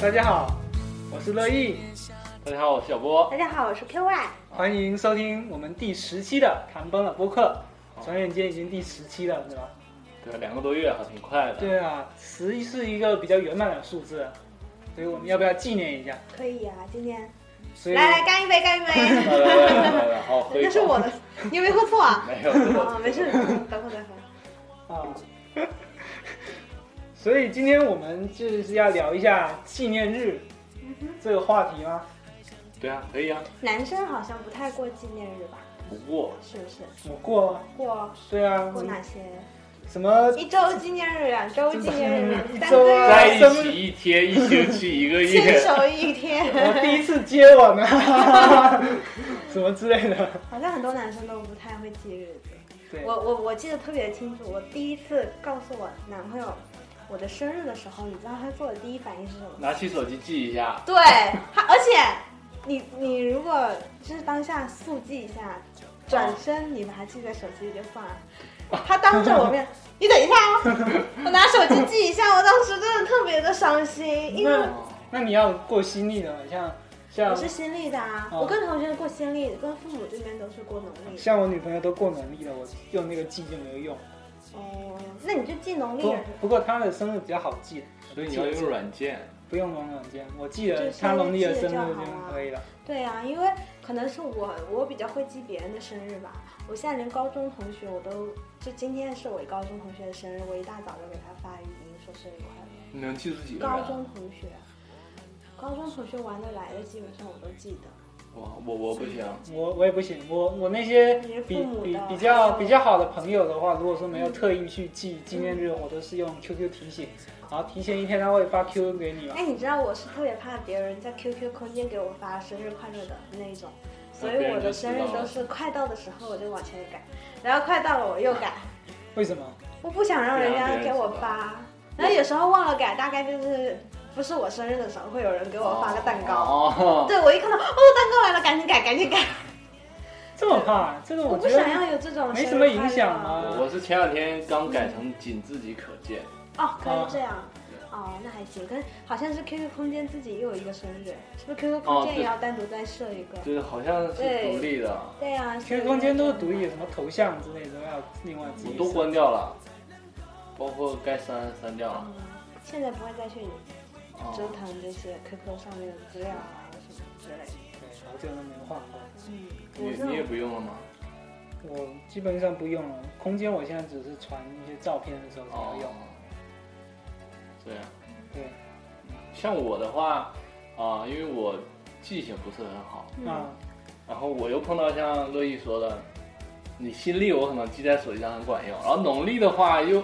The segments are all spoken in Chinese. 大家好，我是乐意，大家好，我是小波。大家好，我是 QY。欢迎收听我们第十期的谈崩了播客。转眼间已经第十期了，对吧？对，两个多月哈，挺快 的。对啊，十是一个比较圆满的数字，所以我们要不要纪念一下？可以啊，今天所以来来干一杯，干一杯。来来来 来来来，好好喝一口。那是我的，你有没有喝错啊？ 没有，真 的啊，没事，等会儿等会儿。啊， 所以今天我们就是要聊一下纪念日嗯哼这个话题吗？对啊，可以啊。男生好像不太过纪念日吧？不 过是不是？我过啊，过对啊，过哪些？什么一周纪念日、两周纪念日、一三周个啊月、在一起一天，一星期，一个牵月，手一天， 我第一次接吻 啊，什么之类的。好像很多男生都不太会记日子。对，我我我记得特别清楚，我第一次告诉我男朋友我的生日的时候，你知道他做的第一反应是什么吗？ 拿起手机记一下。对他，而且你你如果就是当下速记一下，转身你把它记在手机里就算了。他当着我面，你等一下 哦，我拿手机记一下。我当时真的特别的伤心，因为那那你要过新历的嘛，像像我是新历的啊，哦我跟同学过新历，跟父母这边都是过农历。像我女朋友都过农历了，我用那个记就没有用。哦，那你就记农不历过了。不过她的生日比较好记，所以你要用软件。不用农历软件，我记就得是稍她微农历的记生得日就就好了可以了。对啊，因为可能是我我比较会记别人的生日吧。我现在连高中同学我都，就今天是我高中同学的生日，我一大早就给他发语音说生日快乐。你能记住几个人高啊？中同学，高中同学玩得来的基本上我都记得。我我我不行，我我也不行，我我那些你是比父母比的比较还有比较好的朋友的话，如果说没有特意去记纪念日，我都是嗯用 QQ 提醒，然后提前一天他会发 QQ 给你嘛。哎，你知道我是特别怕别人在 QQ 空间给我发生日快乐的那一种，所以我的生日都是快到的时候我就往前改，然后快到了我又改，为什么？我不想让人家给我发。然后有时候忘了改，大概就是不是我生日的时候会有人给我发个蛋糕。 哦，对，我一看到哦，蛋糕来了，赶紧改，赶紧改。这么怕？这个我我不觉得想要有这种没生什日么快影响乐吗我是前两天刚改成仅自己可见。哦，可啊以这样。哦，那还行，可是好像是 QQ 空间自己也有一个生日，是不是 QQ 空哦间对也要单独再设一个？就是好像是独立的，对呀、啊， QQ 空间都是独立的，什么头像之类的都要另外自我己。都关掉了，包括该删删掉了。嗯，现在不会再去折哦，腾这些 QQ 上面的资料啊什么之类的。对，好久都没有换过。嗯，你我你也是不用了吗？我基本上不用了，空间我现在只是传一些照片的时候才哦要用。，这样。对，啊像我的话，啊、因为我记性不是很好，啊嗯，然后我又碰到像乐意说的，你新历我可能记在手机上很管用，然后农历的话又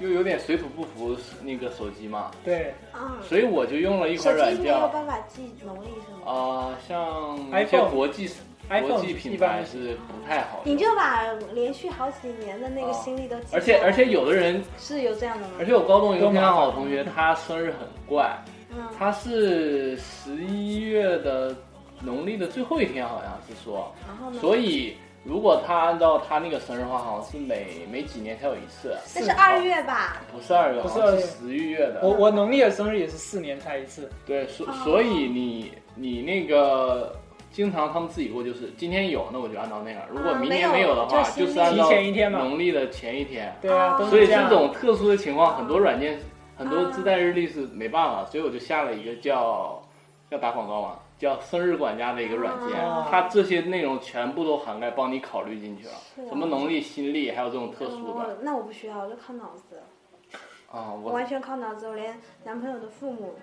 又有点水土不服那个手机嘛，对啊，所以我就用了一款手软机没件有啊、办法记农历是吗？像一些 iPhone 国际嗯国，iPhone 际一品牌般是不太好你用，就把连续好几年的那个心历都记下啊来、而且而且有的人，是有这样的吗？而且我高中一个非常好的同学，他生日很怪。嗯，他是十一月的农历的最后一天，好像是说，然后呢？所以如果他按照他那个生日话，好像是每每几年才有一次，那是二月吧？不是二月，不是好像二月哦是十一月我的。我农历的生日也是四年才一次。对，所哦所以你你那个经常他们自己过，就是今天有，那我就按照那样；如果啊明年没没有有的话，就就是是按照提前一天嘛农历的前一天。对啊，哦都所是以这这样。种特殊的情况，很多软件、很多啊自带日历是没办法，所以我就下了一个叫要打广告嘛，叫生日管家的一个软件，啊它这些内容全部都涵盖，帮你考虑进去了，是啊什么农历、新历，还有这种特殊的哦，那我不需要，我就靠脑子。啊、我我完全靠脑子，我连男朋友的父母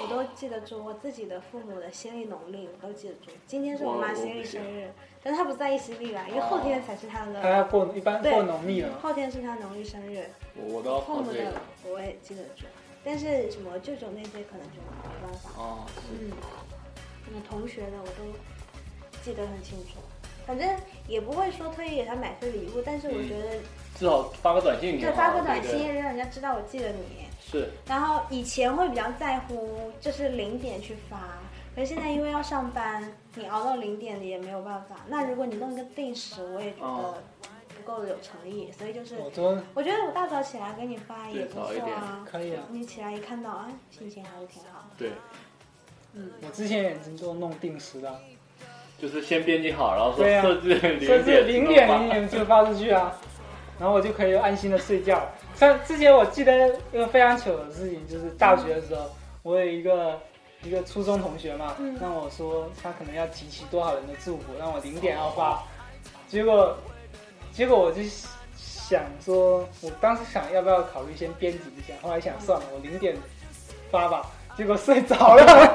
我都记得住，我自己的父母的新历农历我都记得住。今天是我妈新历生日，但她不在意新历啦，啊因为后天才是她他的，要过一般对过农历了，后天是她农历生日，我我都要父靠母这个的我也记得住。但是什么舅舅那些可能就没办法，啊，嗯，什么同学的我都记得很清楚。反正也不会说特意给他买份礼物，但是我觉得至少发个短信挺就好，发个短对不对信让人家知道我记得你。是然后以前会比较在乎，嗯就是零点去发，可是现在因为要上班，你熬到零点也没有办法。那如果你弄一个定时，我也觉哦得不够有诚意，所以就是我昨我觉得我大早起来给你发也对不早一错点啊。可以啊。你起来一看到，哎，心情还是挺好的。对，嗯，我之前也是都弄定时的，啊就是先编辑好，然后说对啊设置零设点置零点零零零就发出去啊，然后我就可以安心的睡觉。像之前我记得一个非常糗的事情，就是大学的时候，我有一个一个初中同学嘛嗯，让我说他可能要集齐多少人的祝福，让我零点要发，结果结果我就想说，我当时想要不要考虑先编辑一下，后来想算了，我零点发吧，结果睡着了，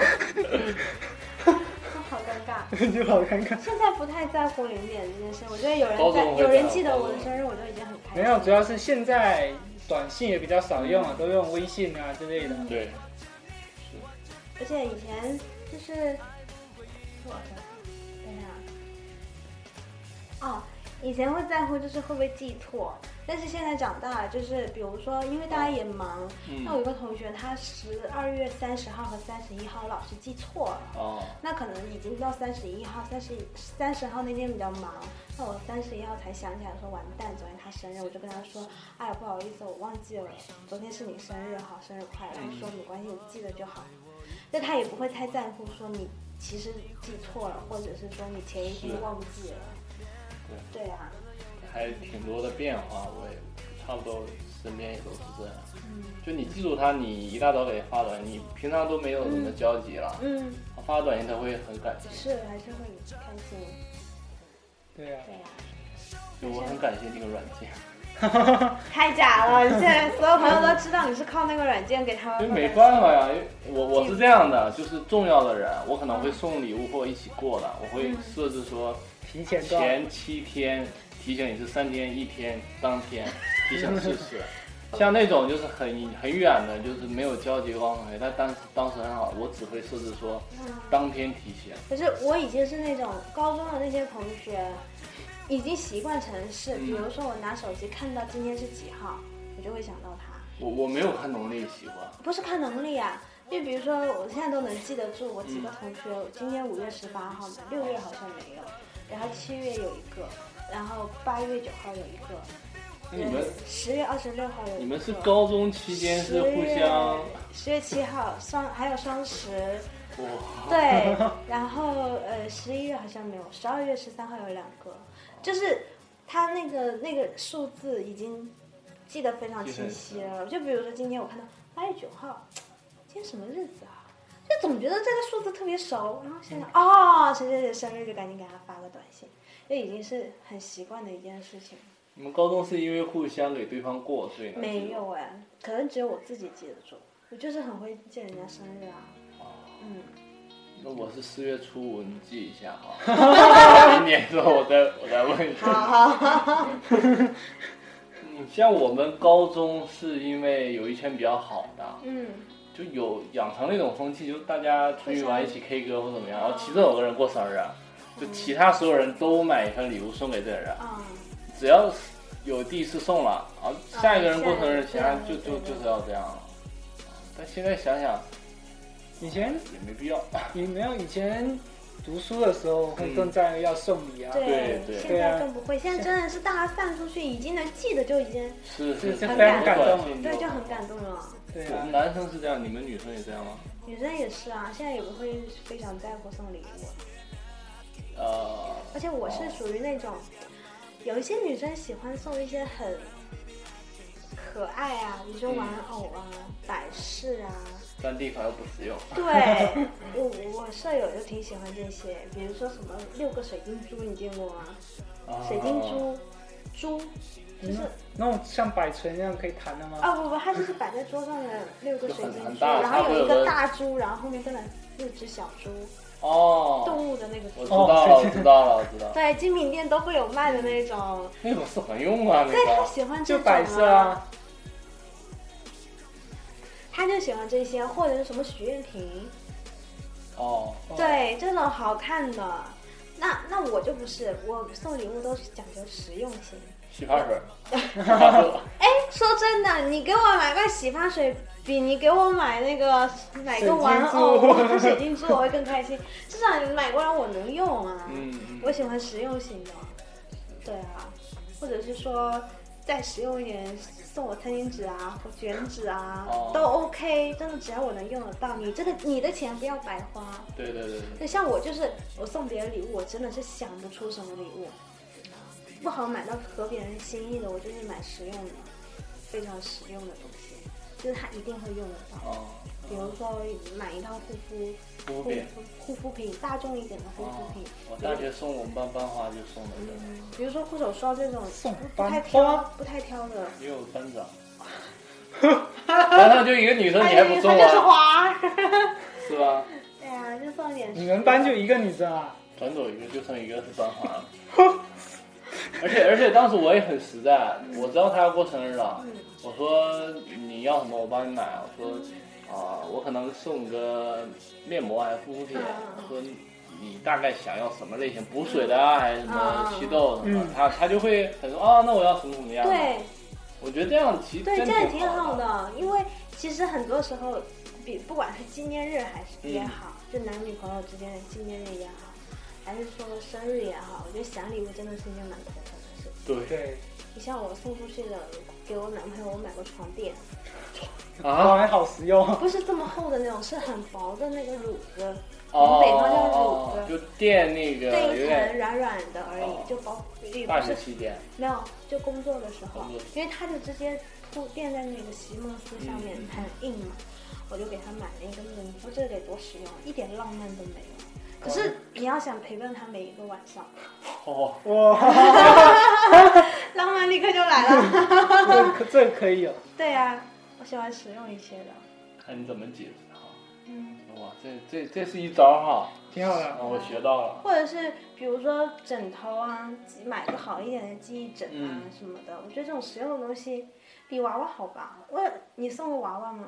都 好尴尬。就好尴尬。现在不太在乎零点这件事，我觉得有人高中在会有在人乎记得我的高中生日，我就已经很开没心。有，主要是现在短信也比较少用了，都用微信啊之类的。对，而且以前就是我的，等一下啊，哦，以前会在乎就是会不会记错，但是现在长大了，就是比如说，因为大家也忙，那嗯，我有一个同学，他十二月三十号和三十一号老是记错了。哦，那可能已经到三十一号，三十三十号那天比较忙，那我三十一号才想起来说完蛋，昨天他生日，我就跟他说，哎呀不好意思，我忘记了，昨天是你生日，好，生日快乐。他嗯说没关系，我记得就好。那他也不会太在乎说你其实记错了，或者是说你前一天是忘记了。对啊，还挺多的变化，我也差不多身边也都是这样。嗯就你记住他，你一大早给他发短信，你平常都没有什么交集了，嗯，他发短信他会很感谢，是还是会开心。对啊呀、对呀、啊就我很感谢这个软件，太假了！现在所有朋友都知道你是靠那个软件给他因为们。没办法呀，因为我我是这样的，就是重要的人，我可能会送礼物或一起过的，我会设置说提前多少？前七天提醒你是三天一天当天提醒试试。像那种就是很很远的，就是没有交集的光同学，他当时当时很好，我只会设置说嗯当天提醒。可是我以前是那种高中的那些同学，已经习惯成是，嗯比如说我拿手机看到今天是几号，我就会想到他，我我没有看农历习惯，不是看能力啊。就比如说，我现在都能记得住我几个同嗯学，今天五月十八号嘛，六月好像没有，然后七月有一个，然后八月九号有一个，那你们十月二十六号有一个。你们是高中期间是互相十月七号双还有双十，哇，对， 然后呃，十一月好像没有，十二月十三号有两个，就是他那个那个数字已经记得非常清晰了。就比如说今天我看到八月九号，今天什么日子啊？就总觉得这个数字特别熟，然后现在哦，谁谁谁生日就赶紧给他发个短信，这已经是很习惯的一件事情。你们高中是因为互相给对方过，所以呢没有哎，可能只有我自己记得住，我就是很会记人家生日啊。嗯，那我是四月初五，你记一下 哈。明年之后我再我再问一下。好好，嗯， 像我们高中是因为有一圈比较好的，嗯，就有养成了一种风气，就是大家出去玩一起 K 歌或怎么样，然后其中有个人过生日，啊就其他所有人都买一份礼物送给这个人，啊、只要是有第一次送了，啊，下一个人过生日，下一个其他就就对就是要这样了。但现在想想以前也没必要。你没有以前读书的时候会更在意要送礼啊，对对对啊现在更不会，现在真的是大家散出去已经能记得就已经是这是，这很非常感短动信对就很感动了。对我啊们，男生是这样，你们女生也这样吗？女生也是啊，现在也不会非常在乎送礼物，呃，而且我是属于那种，有一些女生喜欢送一些很可爱啊，比如说嗯玩偶啊、摆饰 啊。占地方又不实用。对，我我舍友就挺喜欢这些，比如说什么六个水晶珠，你见过吗？啊水晶珠，珠，就是嗯那种像摆锤那样可以弹的吗？哦不不，它就是摆在桌上的六个水就很晶很珠，大然后有差不多有一个个大珠，然后后面跟了六只小猪，哦，动物的那个我知猪。道了，我知道了，我知道了。对，精品店都会有卖的那种。那种是很用啊，那对，他个喜欢这就种摆设啊，啊，他就喜欢这些，或者是什么许愿瓶，哦，哦对，这种好看的。那那我就不是，我送礼物都是讲究实用性。洗发水，洗发水，哎，说真的，你给我买罐洗发水，比你给我买那个买个玩偶水晶珠水晶珠，我会更开心。至少你买过来我能用啊。嗯，嗯我喜欢实用型的，对啊，或者是说，再实用一点，送我餐巾纸啊或卷纸啊、哦都 OK，真的只要我能用得到，你这个你的钱不要白花。对对对对，对，像我就是我送别人礼物，我真的是想不出什么礼物，不好买到合别人心意的，我就是买实用的，非常实用的东西，就是他一定会用得到。哦，比如说买一套护肤护护肤品肤护肤品，大众一点的护肤哦品，，我大学送我们班班花就送了一个，比如说护手霜这种送不太班挑花不太挑的。因为我班 长，班上就一个女生，你还不送它就是啊？花儿。是吧？对啊，就送一点。你们班就一个女生啊？转走一个就剩一个是班花了。 而且而且当时我也很实在，我知道他要过生日了，我说你要什么我帮你买，我说啊、我可能送个面膜还是护肤品，嗯我说你大概想要什么类型，补水的啊还是什么祛痘什么，嗯他他就会他说啊那我要什么什么样，对我觉得这样其实对，真这样挺好好，的，因为其实很多时候，比不管是纪念日还是也好，就男女朋友之间的纪念日也好，还是说生日也好，我觉得想礼物真的是一件蛮头疼的事。对对，你像我送出去的，给我男朋友我买过床垫，果啊，然好实 用。不是这么厚的那种，是很薄的那个乳的，我们北方叫乳哦鸽，就垫那个这啊有一层点软软的而哦已，就薄，也大不学是期间，没有，就工作的时候工作，因为它就直接铺垫在那个席梦思上面，嗯嗯很硬嘛。我就给他买了一个那个，你说这个得多实用，啊一点浪漫都没有。可是你要想陪伴他每一个晚上，哦，哇，浪漫立刻就来了。这可这可以有。 哦对啊，我喜欢实用一些的。看你怎么解释哈。嗯，哇，这这这是一招哈，挺好的啊我学到了。或者是比如说枕头啊，买个好一点的记忆枕啊嗯什么的，我觉得这种实用的东西比娃娃好吧？我你送过娃娃吗？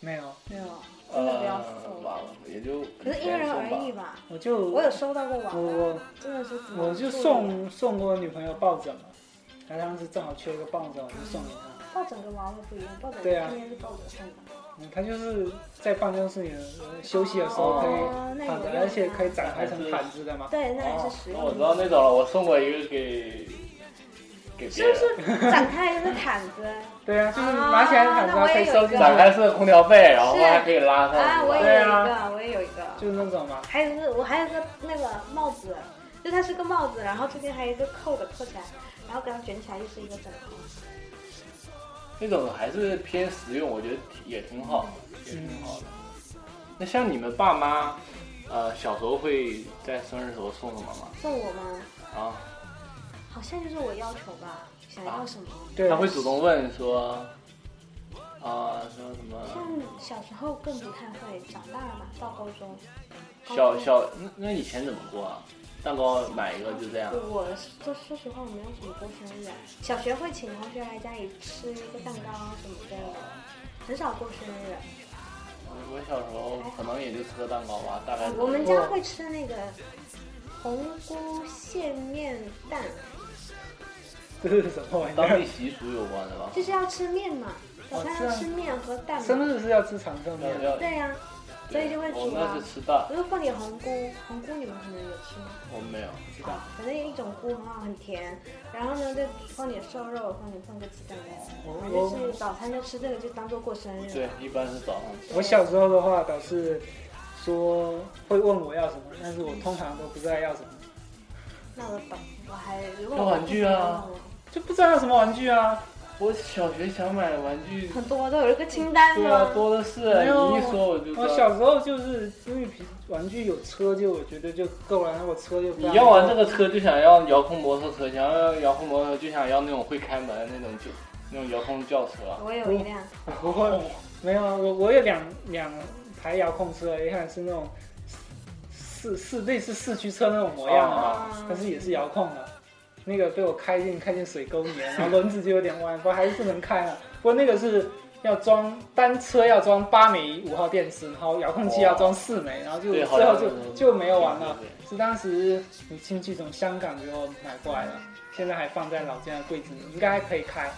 没有，没有，啊真的不要呃，送。娃娃也就可是因人而异吧。我就我有收到过娃娃，我真的是挺我就送送过女朋友抱枕嘛，她当时正好缺一个抱枕，我就送给她。抱枕跟娃娃不一样，抱枕对啊今天是抱枕送的，嗯，她就是在办公室里呃休息的时候可哦以那躺有着，用而且啊可以展开成那毯子的嘛。对，那也哦是实那我用知的。道那种了，我送过一个给给别是不人，是展开的是毯子？对啊，就是拿起来的毯子啊那我它也可以收有一进个来，展开式的空调被，然后是 还可以拉上。啊，我也是吧有一对个，我也有一个。就是那种嘛。还有一个，我还有一个那个帽子，就它是个帽子，然后这边还有一个扣的扣起来，然后给它卷起来又是一个枕头。那种还是偏实用，我觉得也挺好的，也挺好的。那像你们爸妈，呃，小时候会在生日时候送什么吗？送我吗？啊，好像就是我要求吧，想要什么？对，他会主动问说，啊，说什么？像小时候更不太会，长大了嘛，到高中，高小中小那那以前怎么过啊？蛋糕买一个就这样。我说说实话，我没有什么过生日啊。小学会请同学来家里吃一个蛋糕什么的，很少过生日。啊我我小时候可能也就吃个蛋糕吧，大呃概。我们家会吃那个红菇蟹面蛋，这是什么玩意当儿地？习俗有关的吧？就是要吃面嘛，早哦餐是要啊吃面和蛋生嘛。日是要吃长寿面的，要对呀、所以就会我煮那啊是。吃蛋，我就放点红菇，红菇你们可能有吃吗？我们没有。知道啊，反正一种菇很好，很甜。然后呢，再放点瘦肉，放点放个鸡蛋在，我反我正就是早餐就吃这个，就当做过生日。对，一般是早上吃。我小时候的话倒是说会问我要什么，但是我通常都不知道要什么，那我本我还如果要玩具啊就不知道要什么玩具啊。我小学想买玩具，很多都有一个清单对嘛。啊，多的是。没有你一说我就我知道。小时候就是因为皮玩具有车就我觉得就够了，然后我车就你要玩这个，个车就想要遥控摩托车，想要遥控摩托车就想要那种会开门那种就那种遥控轿车。啊我有一辆，我哦会没有啊，我我有两两台遥控车，一辆是那种四四类似四驱车那种模样的嘛，哦啊但是也是遥控的。那个被我开进开进水沟里面，然后轮子就有点弯，不过还是不能开了。不过那个是要装单车要装八枚五号电池，然后遥控器要装四枚，然后就哦对最好像后是就就没有玩了对对。是当时我亲戚从香港给我买过来的，现在还放在老家的柜子里，应该还可以开，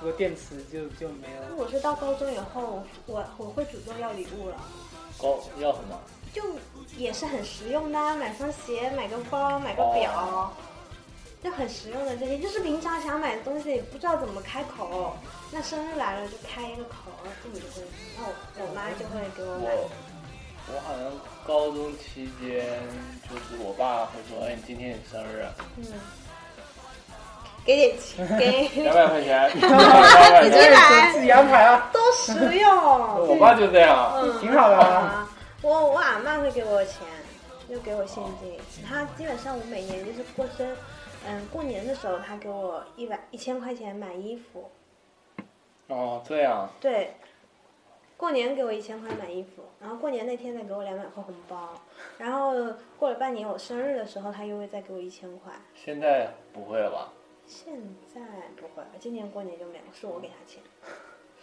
不过电池就就没有了。嗯我是到高中以后，我我会主动要礼物了，高要什么？就也是很实用的啊、买双鞋，买个包，买个表，就很实用的这些，就是平常想买的东西不知道怎么开口，那生日来了就开一个口，自己就会，那我我妈就会给我买。我我好像高中期间，就是我爸会说：“哎，你今天你生日啊， 嗯，给点钱，给 两百块 钱，两百块自己钱。来自己安排啊，多实”用。我爸就哦这样，嗯，挺好的啊。啊，我我阿妈会给我钱，就给我现金。她基本上我每年就是过生，嗯，过年的时候她给我一百一千块钱买衣服，哦，这样，对，过年给我一千块买衣服，然后过年那天再给我两百块红包，然后过了半年我生日的时候她又会再给我一千块。现在不会了吧？现在不会了，今年过年就没有，是我给她钱。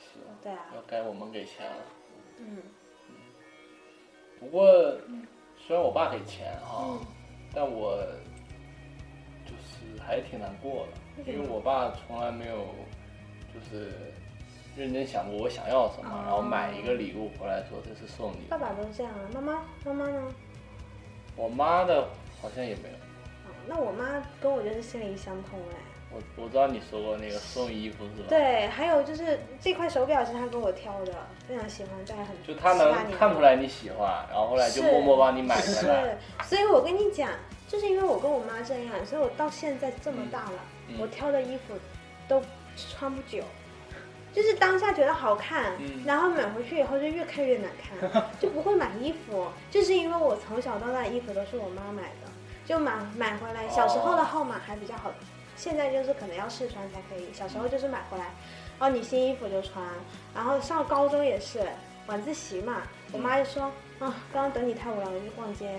是，对啊，要该我们给钱了。嗯不过，虽然我爸给钱哈、嗯但我就是还挺难过的，为什么因为我爸从来没有就是认真想过我想要什么，哦然后买一个礼物回来说这是送你。爸爸都这样啊，妈妈妈妈呢？我妈的好像也没有，哦那我妈跟我就是心灵相通哎。我我知道你说过那个送衣服是吧？，对，还有就是这块手表是他给我挑的，非常喜欢，戴很就他18能年看出来你喜欢，然后后来就是默默帮你买回来。是，所以我跟你讲，就是因为我跟我妈这样，所以我到现在这么大了，嗯我挑的衣服都穿不久。就是当下觉得好看，嗯然后买回去以后就越看越难 看，就不会买衣服。就是因为我从小到大衣服都是我妈买的，就买买回来。小时候的哦号码还比较好，现在就是可能要试穿才可以。小时候就是买回来，哦，你新衣服就穿。然后上高中也是晚自习嘛，嗯我妈就说啊，刚刚等你太无聊了，我去逛街，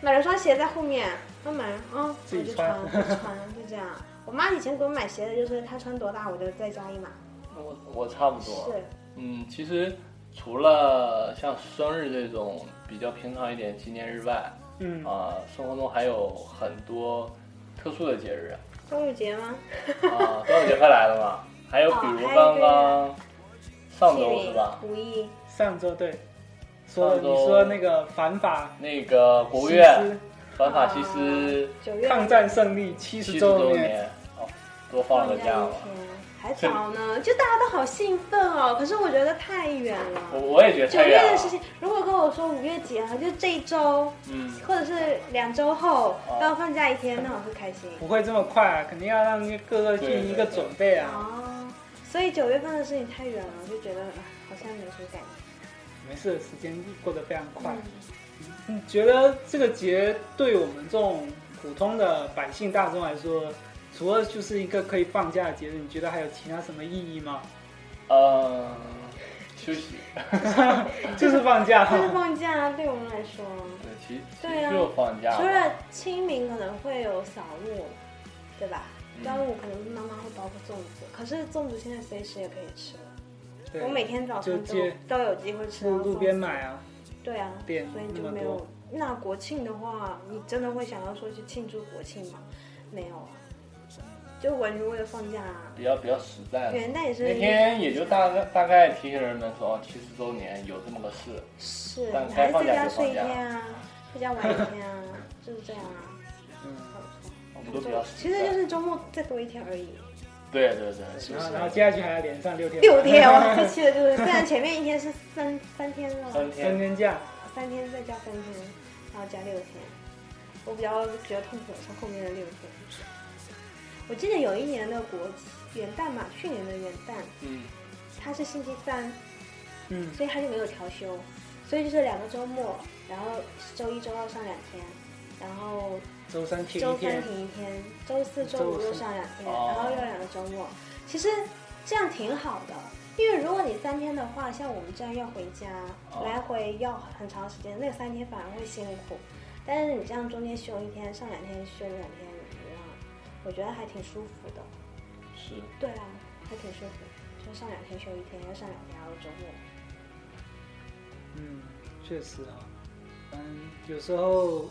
买了双鞋在后面，我买了，嗯，自我己就穿穿，我就穿，就这样。 我妈以前给我买鞋的就是她穿多大我就再加一码，我我差不多。是，嗯，其实除了像生日这种比较平常一点纪念日外，嗯，啊、生活中还有很多特殊的节日啊，端午节吗？端午节快来了嘛，还有比如刚刚上周是吧？清明五一，上周对，说上周你说那个反法那个国务西院斯反法西斯九月抗战胜利七七十十周周年，年，哦，多放放了假个假一嘛。天，还早呢，就大家都好兴奋哦，可是我觉得太远我了。我也觉得九太月远的了事，情，如果跟我说五月几啊，就这一周，嗯，或者是两周后哦要放假一天，那我会开心。不会这么快啊，肯定要让各个对军对一个对准备啊。哦，所以九月份的事情太远了，我就觉得哎好像没什么感觉。没事，时间过得非常快嗯。，你觉得这个节对我们这种普通的百姓大众来说，除了就是一个可以放假的节日，你觉得还有其他什么意义吗？呃，休息，就是放假。但是放假对我们来说，对，其其对啊实就放假嘛，除了清明可能会有扫墓，对吧？嗯端午可能妈妈会包个粽子，可是粽子现在随时也可以吃了。对我每天早上就都街都有机会吃到路路边粽子买啊，对啊，店所以那就么没多有。那国庆的话，你真的会想要说去庆祝国庆吗？没有啊，就完全为了放假、啊。比较比较实在嘛。元旦也是那天也就大概大概提醒人们说，哦七十周年有这么个事，是，但你该还是放在假家就睡一放假天啊，在家玩一天啊， 就是这样啊。嗯，我们就都比较实在。其实就是周末再多一天而已，对对对，然后然后接下去还要连上六天六天。我最气的就是，虽然前面一天是三三天了，三三天天假，三天再加三天，然后加六天。我比较觉得痛苦的是后面的六天。我记得有一年的国元旦嘛，去年的元旦，嗯，它是星期三，嗯，所以它就没有调休，所以就是两个周末，然后周一、周二上两天，然后周三停周一天三，停一天，周四周五又上两天，哦然后又两个周末。其实这样挺好的，因为如果你三天的话，像我们这样要回家，哦来回要很长时间，那三天反而会辛苦。但是你这样中间休一天，上两天休两天，嗯我觉得还挺舒服的。是对啊，还挺舒服，就上两天休一天，又上两天，然后周末。嗯，确实啊，嗯，有时候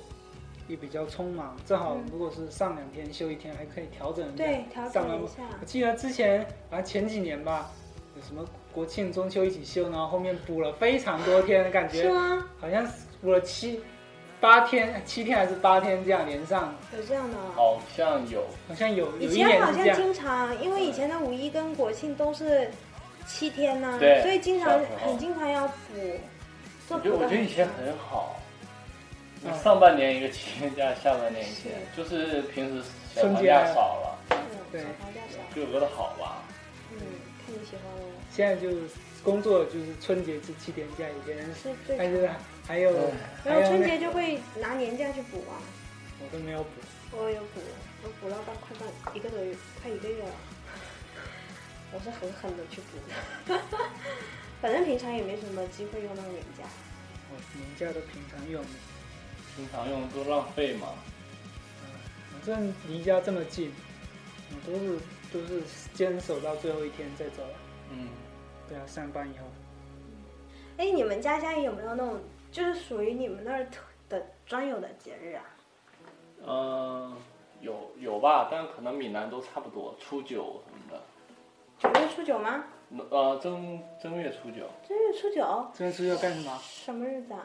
也比较匆忙，正好嗯如果是上两天休一天，还可以调整一下。对，调上班整一下。我记得之前好像前几年吧，有什么国庆、中秋一起休，然后后面补了非常多天，感是啊觉吗？好像是补了七八天、七天还是八天这样连上，有这样的啊。好像有，好像有有以一前年好是这像样。经常，因为以前的五一跟国庆都是七天呢、对所以经常小时候很经常要补。我做觉得我补的觉得很以前勤很好，嗯上半年一个七天假， 下半年一天，就是平时小春长节假少了，对嗯，小孩较少，就有的好吧。嗯，看你喜欢了，现在就是工作就是春节是七天假，有些人是，是最但是还有嗯还然后有春那节就会拿年假去补啊，我都没有补，我有补，我补了到快半一个多月，快一个月了， 我是狠狠的去补 的，反正平常也没什么机会用到年假，我年假都平常用。平常用都浪费嘛，啊反正离家这么近，我都是都是坚守到最后一天再走。嗯，对啊，上班以后，哎，你们家乡有没有那种就是属于你们那儿特的专有的节日啊？呃，有有吧，但可能闽南都差不多，初九什么的，九月初九吗？呃，正正月初九，正月初九这次要干什么？什么日子啊？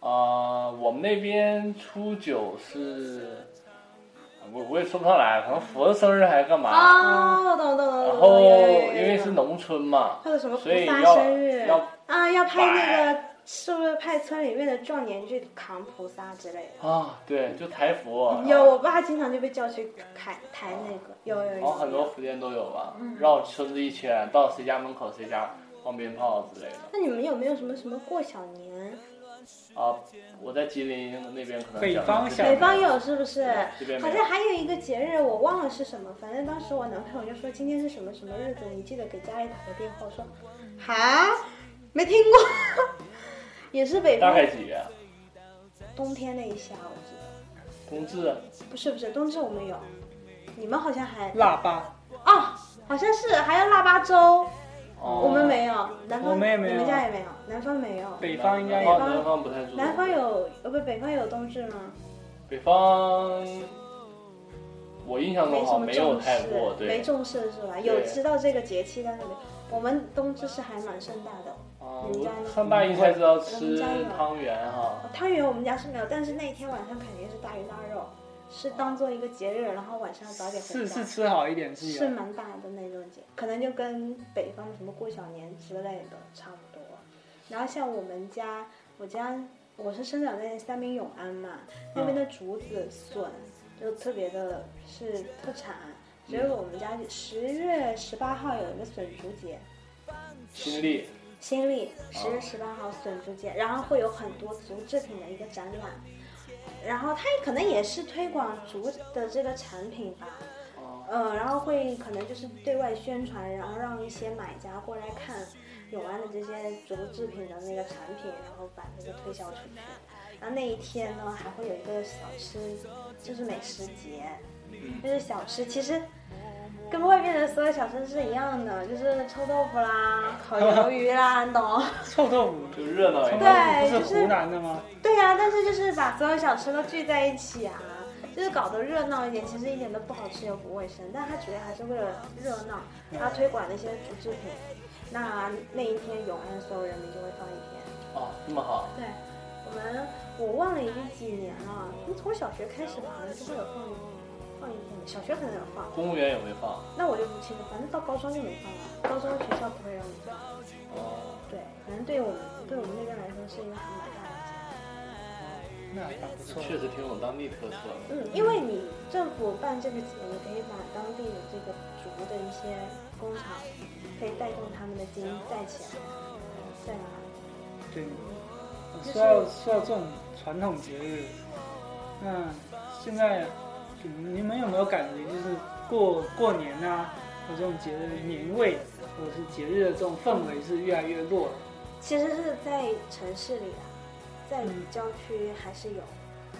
啊，我们那边初九是，我我也说不上来，可能佛生日还是干嘛？哦，懂懂懂懂然懂。后有有有有因为是有农村嘛，或者什么所以菩萨要生日要啊，要拍那个是不是派村里面的壮年去扛菩萨之类的？啊，对，就抬佛，有，我爸经常就被叫去抬抬那个，有有然有后哦很多有。福建都有吧，嗯绕村子一圈，到谁家门口谁家放鞭炮之类的。那你们有没有什么什么过小年？啊，我在吉林那边可能北讲方的是小北方有是不是对这边？没有好像还有一个节日，我忘了是什么，反正当时我男朋友就说今天是什么什么日子，你记得给家里打个电话。我说，哈，没听过， 也是北大方概几月啊？冬天那一下，我记得冬至，不是不是冬至我们有，你们好像还腊八，哦，好像是还有腊八粥，哦我们没有，南方我们也没有你们家也没有，南方没有，北方应该南有方南方不太注重。南方有呃不北方有冬至吗？北方，我印象中没好什像么没有重视太过，，没对。重视是吧？有知道这个节气，但是没。我们冬至是还蛮盛大的，啊，你们家呢我上大一才知道吃你们家有汤圆哈。汤圆我们家是没有，但是那一天晚上肯定是大鱼大肉，是当做一个节日，然后晚上早点回是家。是吃好一点是是有，蛮大的那种节，可能就跟北方什么过小年之类的差不多。然后像我们家，我家我是生长在三明永安嘛，那边的竹子、笋就特别的是特产，所以我们家十月十八号有一个笋竹节，新历，新历十月十八号笋竹节，然后会有很多竹制品的一个展览，然后它可能也是推广竹的这个产品吧，啊，嗯，然后会可能就是对外宣传，然后让一些买家过来看永安的这些竹制品的那个产品，然后把这个推销出去。然后那一天呢，还会有一个小吃，就是美食节，就是小吃，其实跟外面的所有小吃是一样的，就是臭豆腐啦、烤鱿鱼啦，你懂？臭豆腐。就热闹臭一豆点。腐对不就是是湖南的吗？对呀、但是就是把所有小吃都聚在一起啊，就是搞得热闹一点，其实一点都不好吃又不卫生，但它主要还是为了热闹，然后推广那些竹制品。那那一天永安所有人民就会放一天。啊，这么好，对，我们我忘了已经几年了，因为从小学开始吧，好像就会有放一放一天的，小学可能有放，公务员有没放？那我就不清楚，反正到高中就没放了，高中学校不会让你放。哦，对，反正对我们对我们那边来说是一个还蛮大的节日。那还不错。确实挺有当地特色的。嗯，因为你政府办这个节，你可以把当地的这个竹的一些工厂，可以带动他们的经济带起来。对啊，对，就是说到说到这种传统节日，那现在你们你们有没有感觉，就是过过年啊，或这种节日的年味，或者是节日的这种氛围是越来越弱了？其实是在城市里啊，在嗯郊区还是有，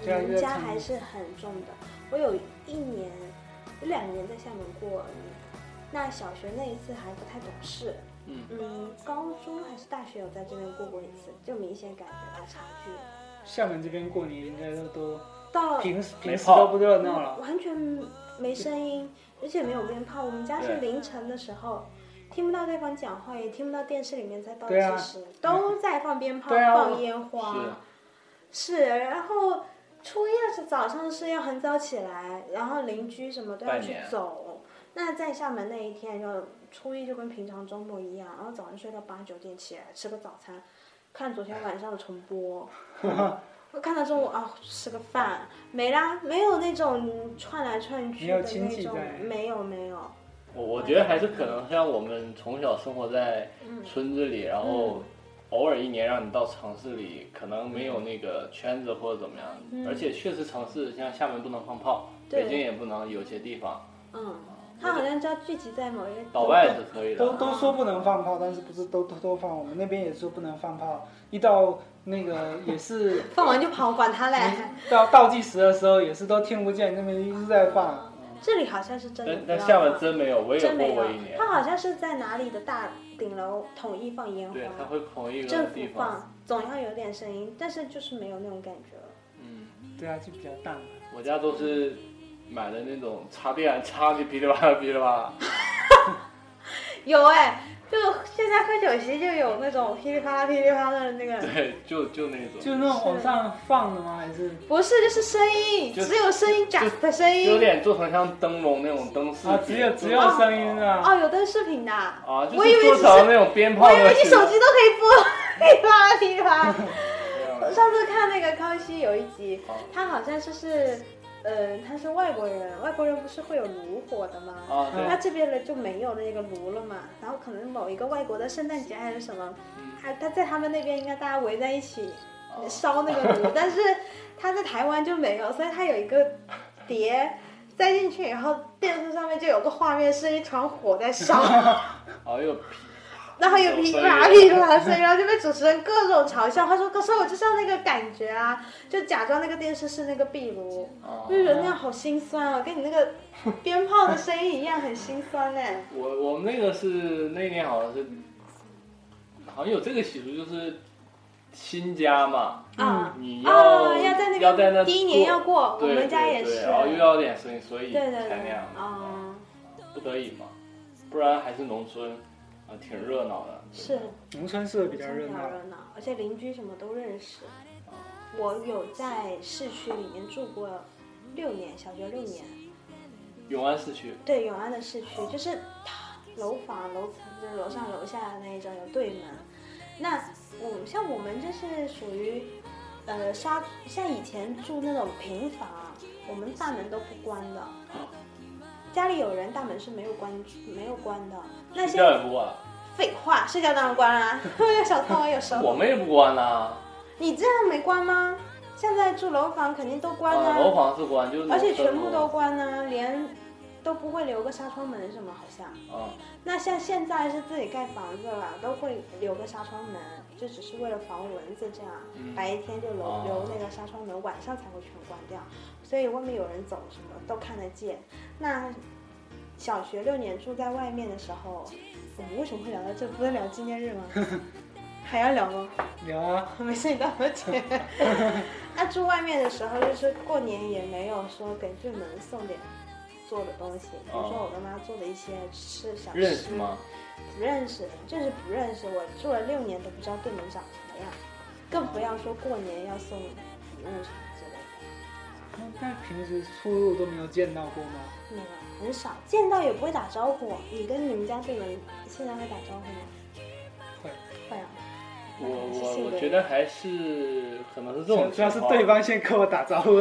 对啊人在家城还是很重的。我有一年，有两年在厦门过年，那小学那一次还不太懂事，嗯嗯，高中还是大学有在这边过过一次，就明显感觉到差距。厦门这边过年应该都都到平时没平时都炮不热闹了，完全没声音，而且没有鞭炮。我们家是对凌晨的时候，听不到对方讲话，也听不到电视里面在倒计对啊时，都在放鞭炮、对啊放烟花是。是，然后初一的是早上是要很早起来，然后邻居什么都要拜去年走。那在厦门那一天就初一就跟平常周末一样，然后早上睡到八九点起来吃个早餐，看昨天晚上的重 播，看到中午啊吃个饭没啦，没有那种串来串去没有的亲那戚种在，没有没有，哦我我觉得还是可能像我们从小生活在嗯村子里，然后偶尔一年让你到城市里，可能没有那个圈子或者怎么样。而且确实城市像厦门不能放炮，嗯对北京也不能，有些地方嗯，他好像就要聚集在某一个岛外是可以都的。都说不能放炮，但是不是都偷偷放？我们那边也说不能放炮，一到那个也是放完就跑，管他嘞。嗯到倒计时的时候，也是都听不见，那边一直在放。这里好像是真的但不要但放，厦门真没有，我也真过没过有一年。他好像是在哪里的大顶楼统一放烟对，它花，会同一个政府地方。放，总要有点声音，但是就是没有那种感觉了。嗯，对啊，就比较淡嘛。我家都是买的那种插电，插的噼里啪啦噼里啪 啦。有哎、就现在喝酒席就有那种噼里啪啦噼里啪啦的那个，对，就就那种，就是那种往上放的吗？还是不是就是声音，就只有声音假的声有音。点做成像灯笼那种灯饰啊，只有就只有声音啊？哦，有灯视频的，啊，就我以是做为是成那种鞭炮我以的为你形手状。机都可以播 噼里啪啦噼里 啪啦。上次看那个康熙有一集啊，他好像就是，呃，他是外国人，外国人不是会有炉火的吗？啊，他对，这边的就没有那个炉了嘛，然后可能某一个外国的圣诞节还是什么，嗯还他在他们那边应该大家围在一起烧那个炉，但是他在台湾就没有，所以他有一个碟塞进去，然后电视上面就有个画面是一团火在烧，哦又然后有噼里啪啦噼里啪啦声音，然后就被主持人各种嘲笑。他说：“可是我就是要那个感觉啊，就假装那个电视是那个壁炉，啊就，觉得那样好心酸啊，跟你那个鞭炮的声音一样，很心酸呢、我我们那个是那年好像是，好像有这个习俗，就是新家嘛，啊你啊，要在那要在那个第一年做要过，我对们家对也对是，然后又要点声音，所以对对才那对，样的，啊，不得已嘛，不然还是农村啊，挺热闹的。是农村是不是比较真热的闹好？热闹，而且邻居什么都认识。哦我有在市区里面住过六年，小学六年。永安市区对，永安的市区就是楼房、楼层，就是楼上楼下那一种有对门。那我像我们就是属于，呃，沙像以前住那种平房，我们大门都不关的。家里有人，大门是没有关没有关的。那睡些觉也不管，废话，睡觉当然关啦、有小偷啊， 有时我候们也不管啦。你这样没关吗？现在住楼房肯定都关啦、啊，楼房是关，就是而且全部都关啦、连都不会留个纱窗门什么，好像。啊，那像现在是自己盖房子了，都会留个纱窗门，就只是为了防蚊子这样。嗯白天就留、哦留那个纱窗门，晚上才会全关掉，所以外面有人走什么都看得见。那小学六年住在外面的时候，我们为什么会聊到这？不是聊纪 念日吗？还要聊吗？有啊，没事，你到我 姐。那住外面的时候，就是过年也没有说给对门送点做的东西，比如说我跟妈做的一些吃小吃。认识哦吗？不认识，就是不认识。我住了六年都不知道对门长什么样，更不要说过年要送礼物什么之类的，那那平时出入都没有见到过吗？没有，很少见到也不会打招呼。你跟你们家对门现在会打招呼吗？会，会啊。我那还是我性格我觉得还是可能是这种情况，主要是对方先跟我打招呼。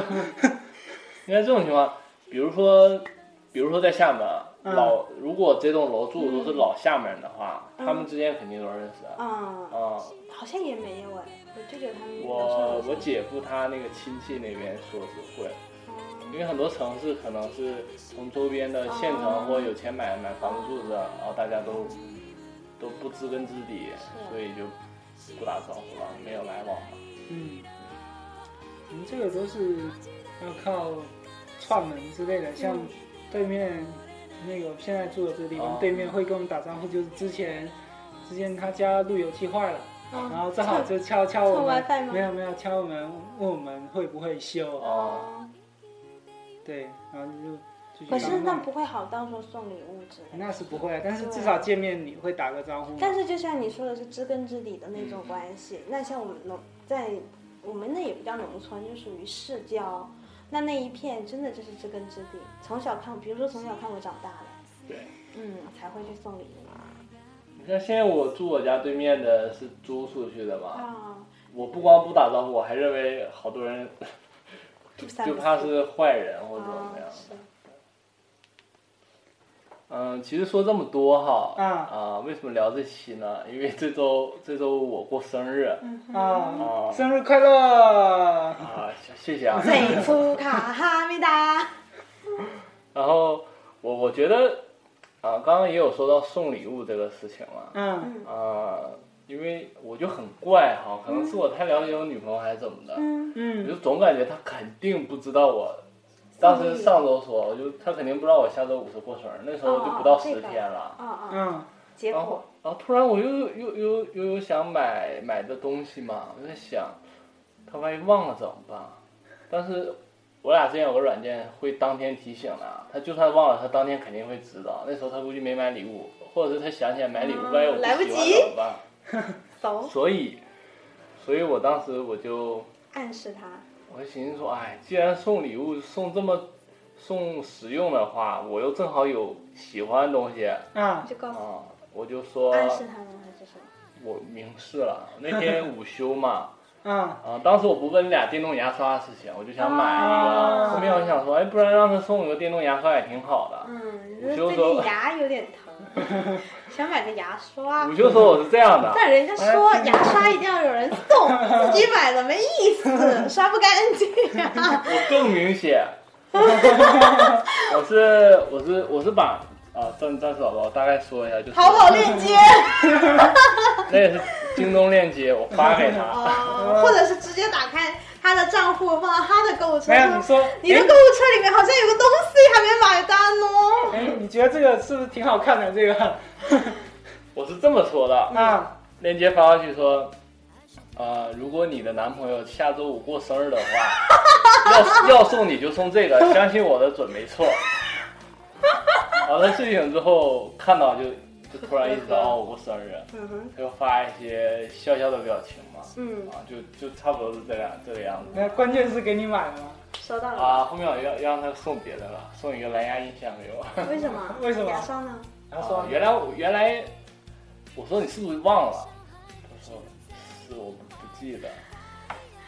应该这种情况，比如说，比如说在厦门啊，嗯老如果这栋楼住的都是老厦门人的话，嗯他们之间肯定都认识啊。嗯，啊，好像也没有哎，我舅舅他们哦哎我我姐夫他那个亲戚那边说是会，因为很多城市可能是从周边的县哦城或有钱买买房子住着，然后大家都都不知根知底，是所以就不打招呼了，没有来往了。 嗯，我们这个都是要靠串门之类的，像嗯对面那个现在住的这个地方，哦对面会跟我们打招呼，就是之前之前他家路由器坏了，嗯然后正好就 敲敲我们蹭 WiFi 吗没有没有敲我们，问我们会不会修，哦，对，然后就就去可是帮那忙。不会啊好到说送礼物之类的。那是不会，啊但是至少见面你会打个招呼嘛。但是就像你说的是知根知底的那种关系，那像我们农在我们那也不叫农村，就属于市郊。那那一片真的就是知根知底，从小看，比如说从小看我长大的，对，嗯，才会去送礼物啊。你看现在我住我家对面的是租出去的嘛，啊，我不光不打招呼，我还认为好多人就三就不怕四是坏人或者怎啊么样。是嗯，其实说这么多哈，啊为什么聊这期呢？因为这周这周我过生日嗯啊，啊生日快乐！啊，谢谢啊。最初卡哈密达，然后我我觉得啊，刚刚也有说到送礼物这个事情了嗯 啊，因为我就很怪哈，可能是我太了解我女朋友还是怎么的，嗯，我嗯就总感觉她肯定不知道我。当时上周说，我就她肯定不知道我下周五是过生日，那时候就不哦到十天了。哦啊啊，嗯结然后果，然后突然我又又又又又想买买的东西嘛，我在想，他万一忘了怎么办？但是我俩之前有个软件会当天提醒的，他就算忘了，他当天肯定会知道。那时候他估计没买礼物，或者是他想起来买礼物，嗯万一我不来不喜欢及怎么办？走，所以，所以我当时我就暗示他，我就寻思说，哎，既然送礼物送这么送实用的话，我又正好有喜欢的东西啊、啊就告诉我就说暗示他了还是什么？我明示了，那天午休嘛，啊啊，当时我不问你俩电动牙刷的事情，我就想买一个。啊后面我想说，哎，不然让他送我个电动牙刷也挺好的。嗯，午你休的时候说最近牙有点疼，想买个牙刷午。休时候我是这样 的，但人家说牙刷一定要有人送，自己买的没意思，刷不干 净啊。我更明显，我是我是我是把啊，暂暂时宝宝我大概说一下，就是淘宝链接那也是京东链接，我发给他。啊，或者是直接打开他的账户，放到他的购物车没有，你上。说，你的哎购物车里面好像有个东西还没买单哦。哎，你觉得这个是不是挺好看的？这个 我是这么说的，啊，链接发过去说，呃，如果你的男朋友下周五过生日的话，要要送你就送这个，相信我的准没错。完了事情之后，看到就就突然意识到，哦，我过生日，嗯哼，就发一些笑笑的表情嘛，嗯，啊，就就差不多是这样这个样子。那关键是给你买了吗？收到了。啊，后面我要要让他送别的了，送一个蓝牙音箱给我。为什么？为什么牙刷呢？然后说啊，原来我原来我说你是不是忘了？他说是我不不记得。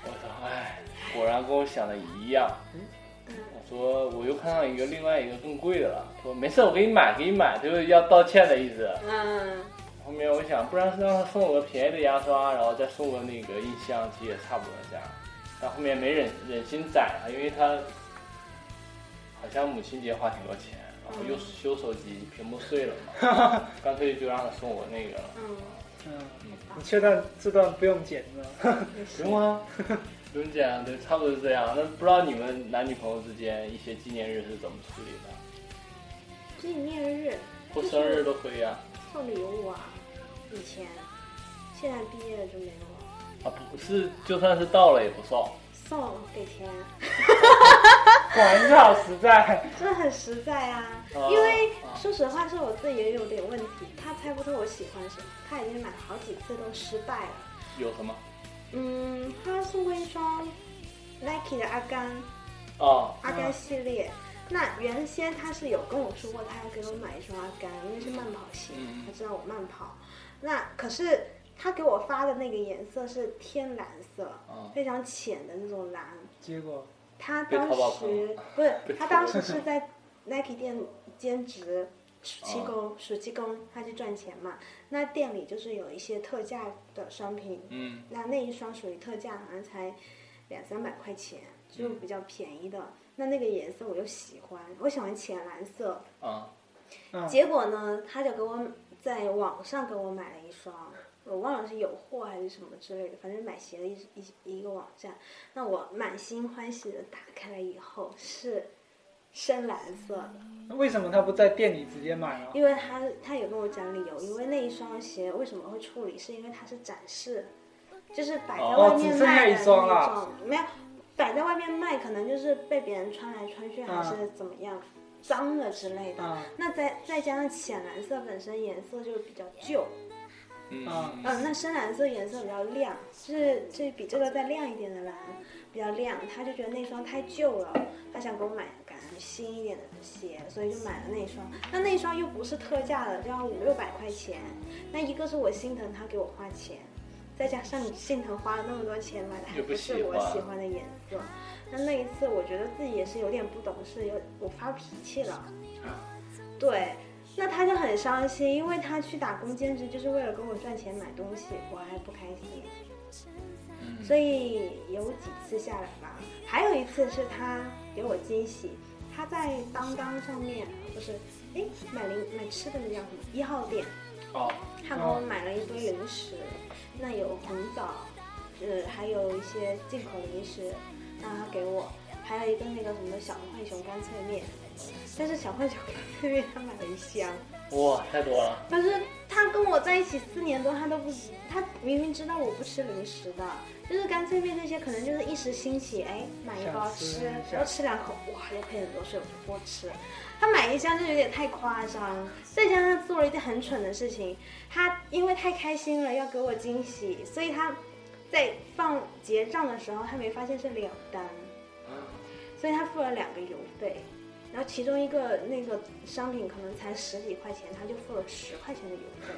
我说哎，果然跟我想的一样。嗯我说我又看到一个另外一个更贵的了。说没事，我给你买，给你买，就是要道歉的意思。嗯，后面我想，不然是让他送我个便宜的牙刷，然后再送个那个音箱，其实也差不多这样。但后面没忍忍心宰他，因为他好像母亲节花挺多钱，然后又修手机屏幕碎了嘛，干脆就让他送我那个了。嗯，嗯嗯，你确定这段不用剪是吧？ 嗯不用啊，不用这样，对，差不多是这样。那不知道你们男女朋友之间一些纪念日是怎么处理的？纪念日过生日都可以啊。送礼物啊，以前，现在毕业了就没有了。啊，不是，就算是到了也不送。送给钱，果然是好实在。这很实在啊。啊因为啊说实话，是我自己也有点问题，他猜不透我喜欢什么，他已经买了好几次都失败了。有什么？嗯，他送过一双 Nike 的阿甘啊，阿甘系列。那原先他是有跟我说过，他要给我买一双阿甘，因为是慢跑鞋嗯，他知道我慢跑。那可是他给我发的那个颜色是天蓝色嗯，非常浅的那种蓝。结果他被当淘宝时坑不是 被，他淘当宝时是在 Nike 店兼职啊暑期工，暑期工他去赚钱嘛。那店里就是有一些特价的商品，嗯那那一双属于特价，好像才两三百块钱，就嗯比较便宜的。那那个颜色我又喜欢，我喜欢浅蓝色。啊。嗯结果呢，他就给我在网上给我买了一双，我忘了是有货还是什么之类的，反正买鞋的一一一个网站。那我满心欢喜的打开了以后是深蓝色的。为什么他不在店里直接买啊呢？因为他他有跟我讲理由，因为那一双鞋为什么会处理，是因为它是展示，就是摆在哦外面只剩下卖的一那双种，了没有摆在外面卖，可能就是被别人穿来穿去还是怎么样，脏了之类的。啊那再再加上浅蓝色本身颜色就比较旧，嗯啊嗯，那深蓝色颜色比较亮，就是这比这个再亮一点的蓝比较亮，他就觉得那双太旧了，他想给我买感觉新一点的鞋，所以就买了那双。那那双又不是特价的，就要五六百块钱。那一个是我心疼他给我花钱，再加上你心疼花了那么多钱买的还又不不喜是我欢喜欢的颜色。那那一次我觉得自己也是有点不懂事，有我发脾气了。啊对，那他就很伤心，因为他去打工兼职就是为了跟我赚钱买东西，我还不开心。嗯所以有几次下来吧，还有一次是他给我惊喜，他在当当上面不是，哎，买零买吃的那叫什么一号店，哦，他给我买了一堆零食，那有红枣，呃，还有一些进口零食，那他给我，还有一个那个什么小浣熊干脆面，但是小浣熊干脆面他买了一箱，哇，太多了，可是他跟我在一起四年多，他都不，他明明知道我不吃零食的，就是干脆面这些，可能就是一时兴起，哎，买一包想吃吃，想然后吃两口，哇，又喷很多水，我不吃。他买一箱就有点太夸张，再加上他做了一件很蠢的事情，他因为太开心了要给我惊喜，所以他在放结账的时候，他没发现是两单，所以他付了两个邮费。然后其中一个那个商品可能才十几块钱，他就付了十块钱的邮费，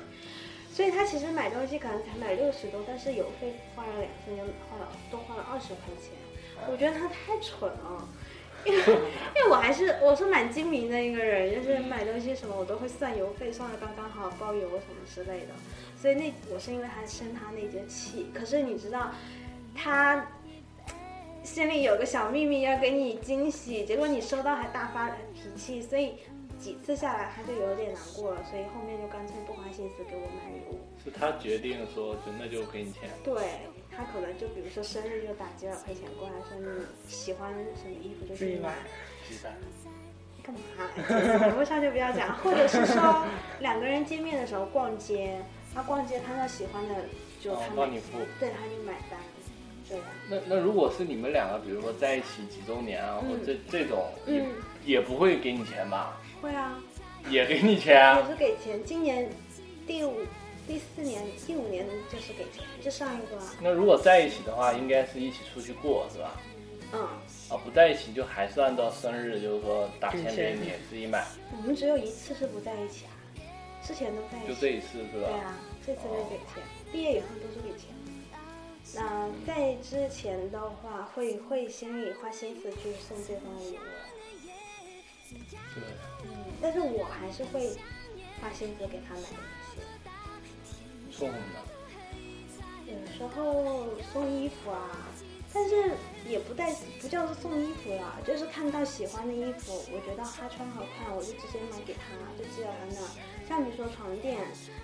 所以他其实买东西可能才买六十多，但是邮费花了两三年，花了多花了二十块钱，我觉得他太蠢了。因为因为我还是我是蛮精明的一个人，就是买东西什么我都会算邮费，算的刚刚好，包邮什么之类的。所以那我是因为他生他那节气，可是你知道，他心里有个小秘密要给你惊喜，结果你收到还大发脾气，所以几次下来他就有点难过了，所以后面就干脆不花心思给我买礼物。是他决定说，就那就给你钱，对他可能就比如说生日就打几百块钱过来，说你喜欢什么衣服就自己去买买。鸡蛋，干嘛？哎节目上就不要 讲，或者是说两个人见面的时候逛街，他逛街看到喜欢的就哦他买帮你付。对，他就买单，这样。那那如果是你们两个，比如说在一起几周年啊，嗯或者这这种，也、嗯也不会给你钱吧？ 会啊，也给你钱啊我？是给钱。今年第五、第四年、第五年就是给钱，就上一个啊。那如果在一起的话，应该是一起出去过，是吧？嗯，啊，不在一起就还是按照生日，就是说打钱给给你自己买，我们只有一次是不在一起啊，之前都在一就起。这一次是吧对？啊，这次没给钱，毕业以后都是给钱。那在之前的话，会会心里花心思去送对方礼物。对，但是我还是会花心思给他买东西，送什么？有时候送衣服啊，但是也不带不叫做送衣服啦，就是看到喜欢的衣服，我觉得他穿好看，我就直接买给他，就寄到他那儿。像比如说床垫，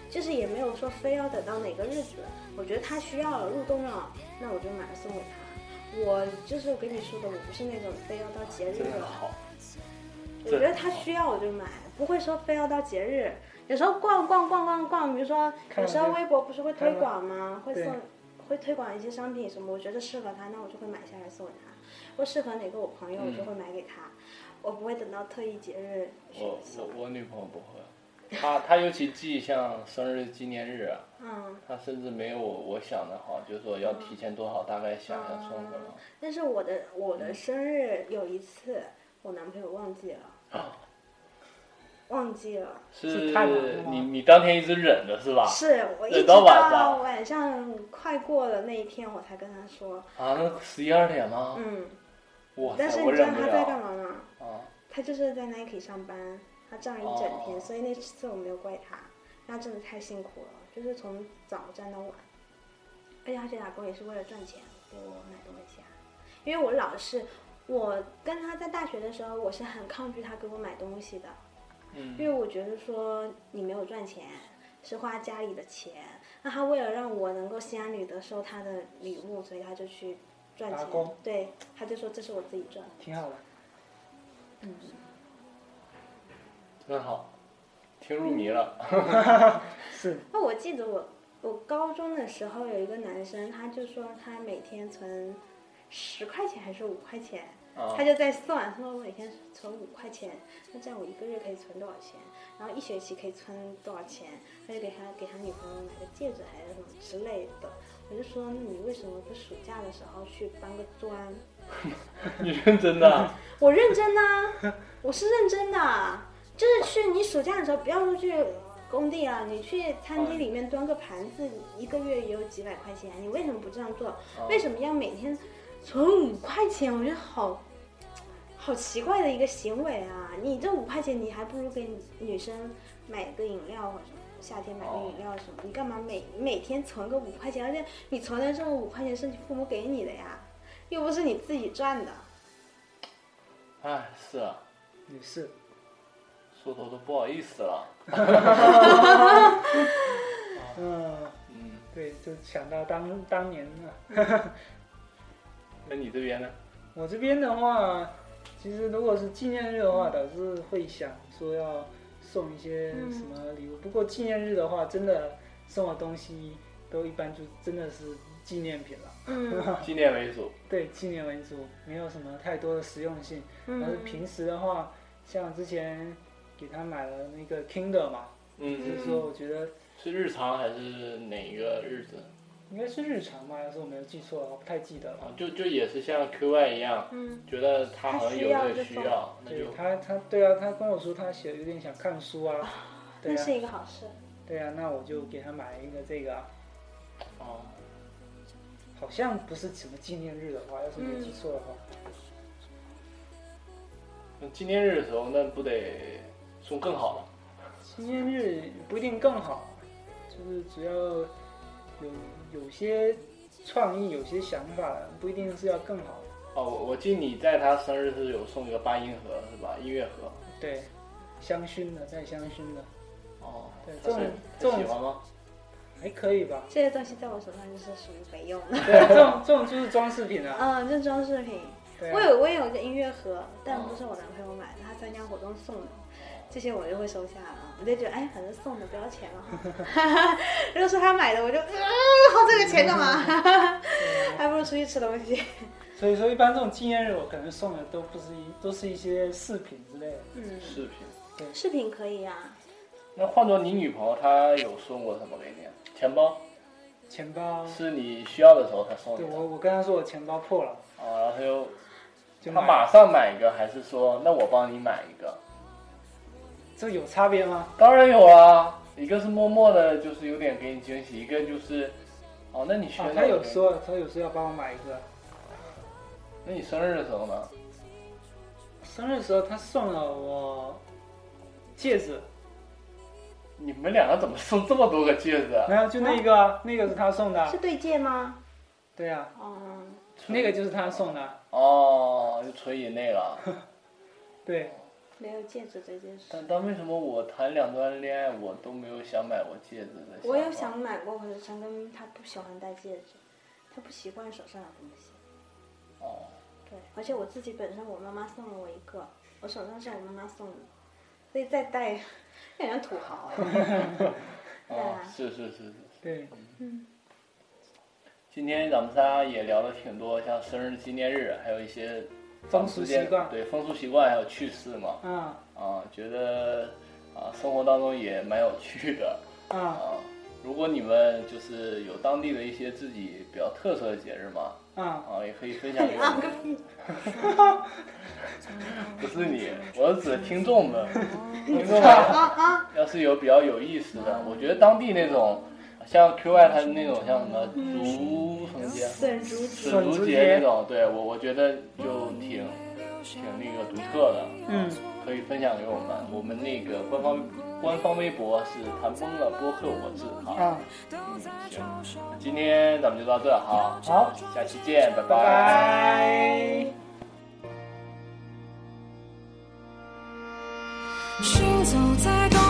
就是也没有说非要等到哪个日子，我觉得他需要了入冬了，那我就买了送给他。我就是我跟你说的，我不是那种非要到节日真的了好，我觉得他需要我就买，不会说非要到节日。有时候逛逛逛逛逛，比如说看有时候看微博不是会推广吗？会对送，会推广一些商品什么，我觉得适合他，那我就会买下来送给他。或适合哪个我朋友，我嗯就会买给他。我不会等到特意节日去我我送。我女朋友不会，她她尤其记像生日纪念日啊，嗯，她甚至没有我我想的好，就是说要提前多少，大概想要送什么。但是我的我嗯的生日有一次，我男朋友忘记了，啊忘记了。是太忙了吗你你当天一直忍着是吧？是我一啊等直到到晚上晚上快过了那一天，我才跟他说，啊，那十一二点吗？嗯。哇但是塞，你啊我知道忍不他在干了嘛吗？啊！他就是在 Nike 上班，他站了一整天，哦所以那次我没有怪他，他真的太辛苦了，就是从早站到晚，而且他去打工也是为了赚钱，给我买东西啊。因为我老是，我跟他在大学的时候，我是很抗拒他给我买东西的，嗯，因为我觉得说你没有赚钱，是花家里的钱，那他为了让我能够心安理得收他的礼物，所以他就去赚打钱工，对，他就说这是我自己赚的。挺好的。真好，听入迷了。 是那我记得我我高中的时候有一个男生，他就说他每天存十块钱还是五块钱，啊他就在算，他说我每天存五块钱，那这样我一个月可以存多少钱？然后一学期可以存多少钱？他就给他给他女朋友买个戒指还是什么之类的。我就说，那你为什么不暑假的时候去搬个砖？你认真 的啊？我认真呐、 我是认真的，啊就是去你暑假的时候，不要说去工地啊，你去餐厅里面端个盘子，一个月也有几百块钱，你为什么不这样做？哦为什么要每天存五块钱？我觉得好好奇怪的一个行为啊！你这五块钱，你还不如给女生买个饮料或者什么夏天买个饮料什么，你干嘛每每天存个五块钱？而且你存的这五块钱是你父母给你的呀，又不是你自己赚的。哎，是啊，也是，说头都不好意思了。嗯，嗯，对，就想到当当年啊了。那你这边呢？我这边的话，其实如果是纪念日的话，倒是会想说要送一些什么礼物。不过纪念日的话，真的送的东西都一般就真的是纪念品了。嗯。纪念为主， 对，纪念为主，没有什么太多的实用性。嗯但是呃平时的话，像之前给他买了那个 Kindle 嘛，嗯，就是说我觉得是日常还是哪个日子？应该是日常吧，要是我没有记错的话，不太记得了。啊，就就也是像 QY 一样，嗯觉得他好像有这个需要，那对就他，他对啊，他跟我说他写有点想看书啊，对那啊是，一个好事。对啊，那我就给他买了一个这个啊、哦，好像不是什么纪念日的话，要是没记错的话，嗯那纪念日的时候，那不得送更好了？纪念日不一定更好，就是只要有有些创意、有些想法，不一定是要更好。哦，我我记你在他生日是有送一个八音盒是吧？音乐盒。对，香薰的带香薰的哦，对他这种是这他种喜欢吗？还可以 吧？这些东西在我手上就是属于没用 的。对，这种这种就是装饰品啊。嗯，这装饰品。对我啊，有我有一个音乐盒，但不是我男朋友买的，他参加活动送的。这些我就会收下了，我就觉得哎，反正送的不要钱 了哈。如果是他买的，我就嗯，花这个钱干嘛？嗯 还不如出去吃东西。所以说一般这种纪念日，我可能送的都不是一都是一些饰品之类的。嗯，饰品。饰品可以啊。那换做你女朋友，她有送过什么给你啊？钱包钱包，是你需要的时候她送对你的，我我跟他说我钱包破了，啊，然后她又就她买了。马上买一个，还是说那我帮你买一个？这有差别吗？当然有啊，一个是默默的，就是有点给你惊喜；一个就是，哦，那你学、啊，他有，说，他有说要帮我买一个。那你生日的时候呢？生日的时候，他送了我戒指，你们两个怎么送这么多个戒指啊？没有，就那个啊，那个是他送的啊是。对戒吗？对啊，嗯，那个就是他送的啊。哦，就纯以那 个。对，没有戒指这件事。但但为什么我谈两段恋爱，我都没有想哦买过戒指的？我有，想买过，可是陈根他不喜欢戴戒指，他不习惯手上的东西。哦，对，而且我自己本身我妈妈送了我一个，我手上是我妈妈送的，所以再戴， 有点像土豪哎。对哦啊，，是是是是。对， 嗯今天咱们仨也聊了挺多，像生日、纪念日，还有一些风俗习惯对风俗习惯还有趣事嘛。啊啊，觉得啊，生活当中也蛮有趣的啊啊。如果你们就是有当地的一些自己比较特色的节日嘛，啊！啊，也可以分享给我啊们。个屁！ 不是你，我是指听众们， 听众啊们啊！ 要是有比较有意思的，我觉得当地那种像 QY 他那种像什么竹什么节、嗯笋竹节，笋竹节那种，对我我觉得就挺挺那个独特的。嗯，可以分享给我们。我们那个官方官方微博是“谈崩了播客我制”啊。啊，嗯，行，今天咱们就到这哈，好，下期见，拜拜拜。行走在冬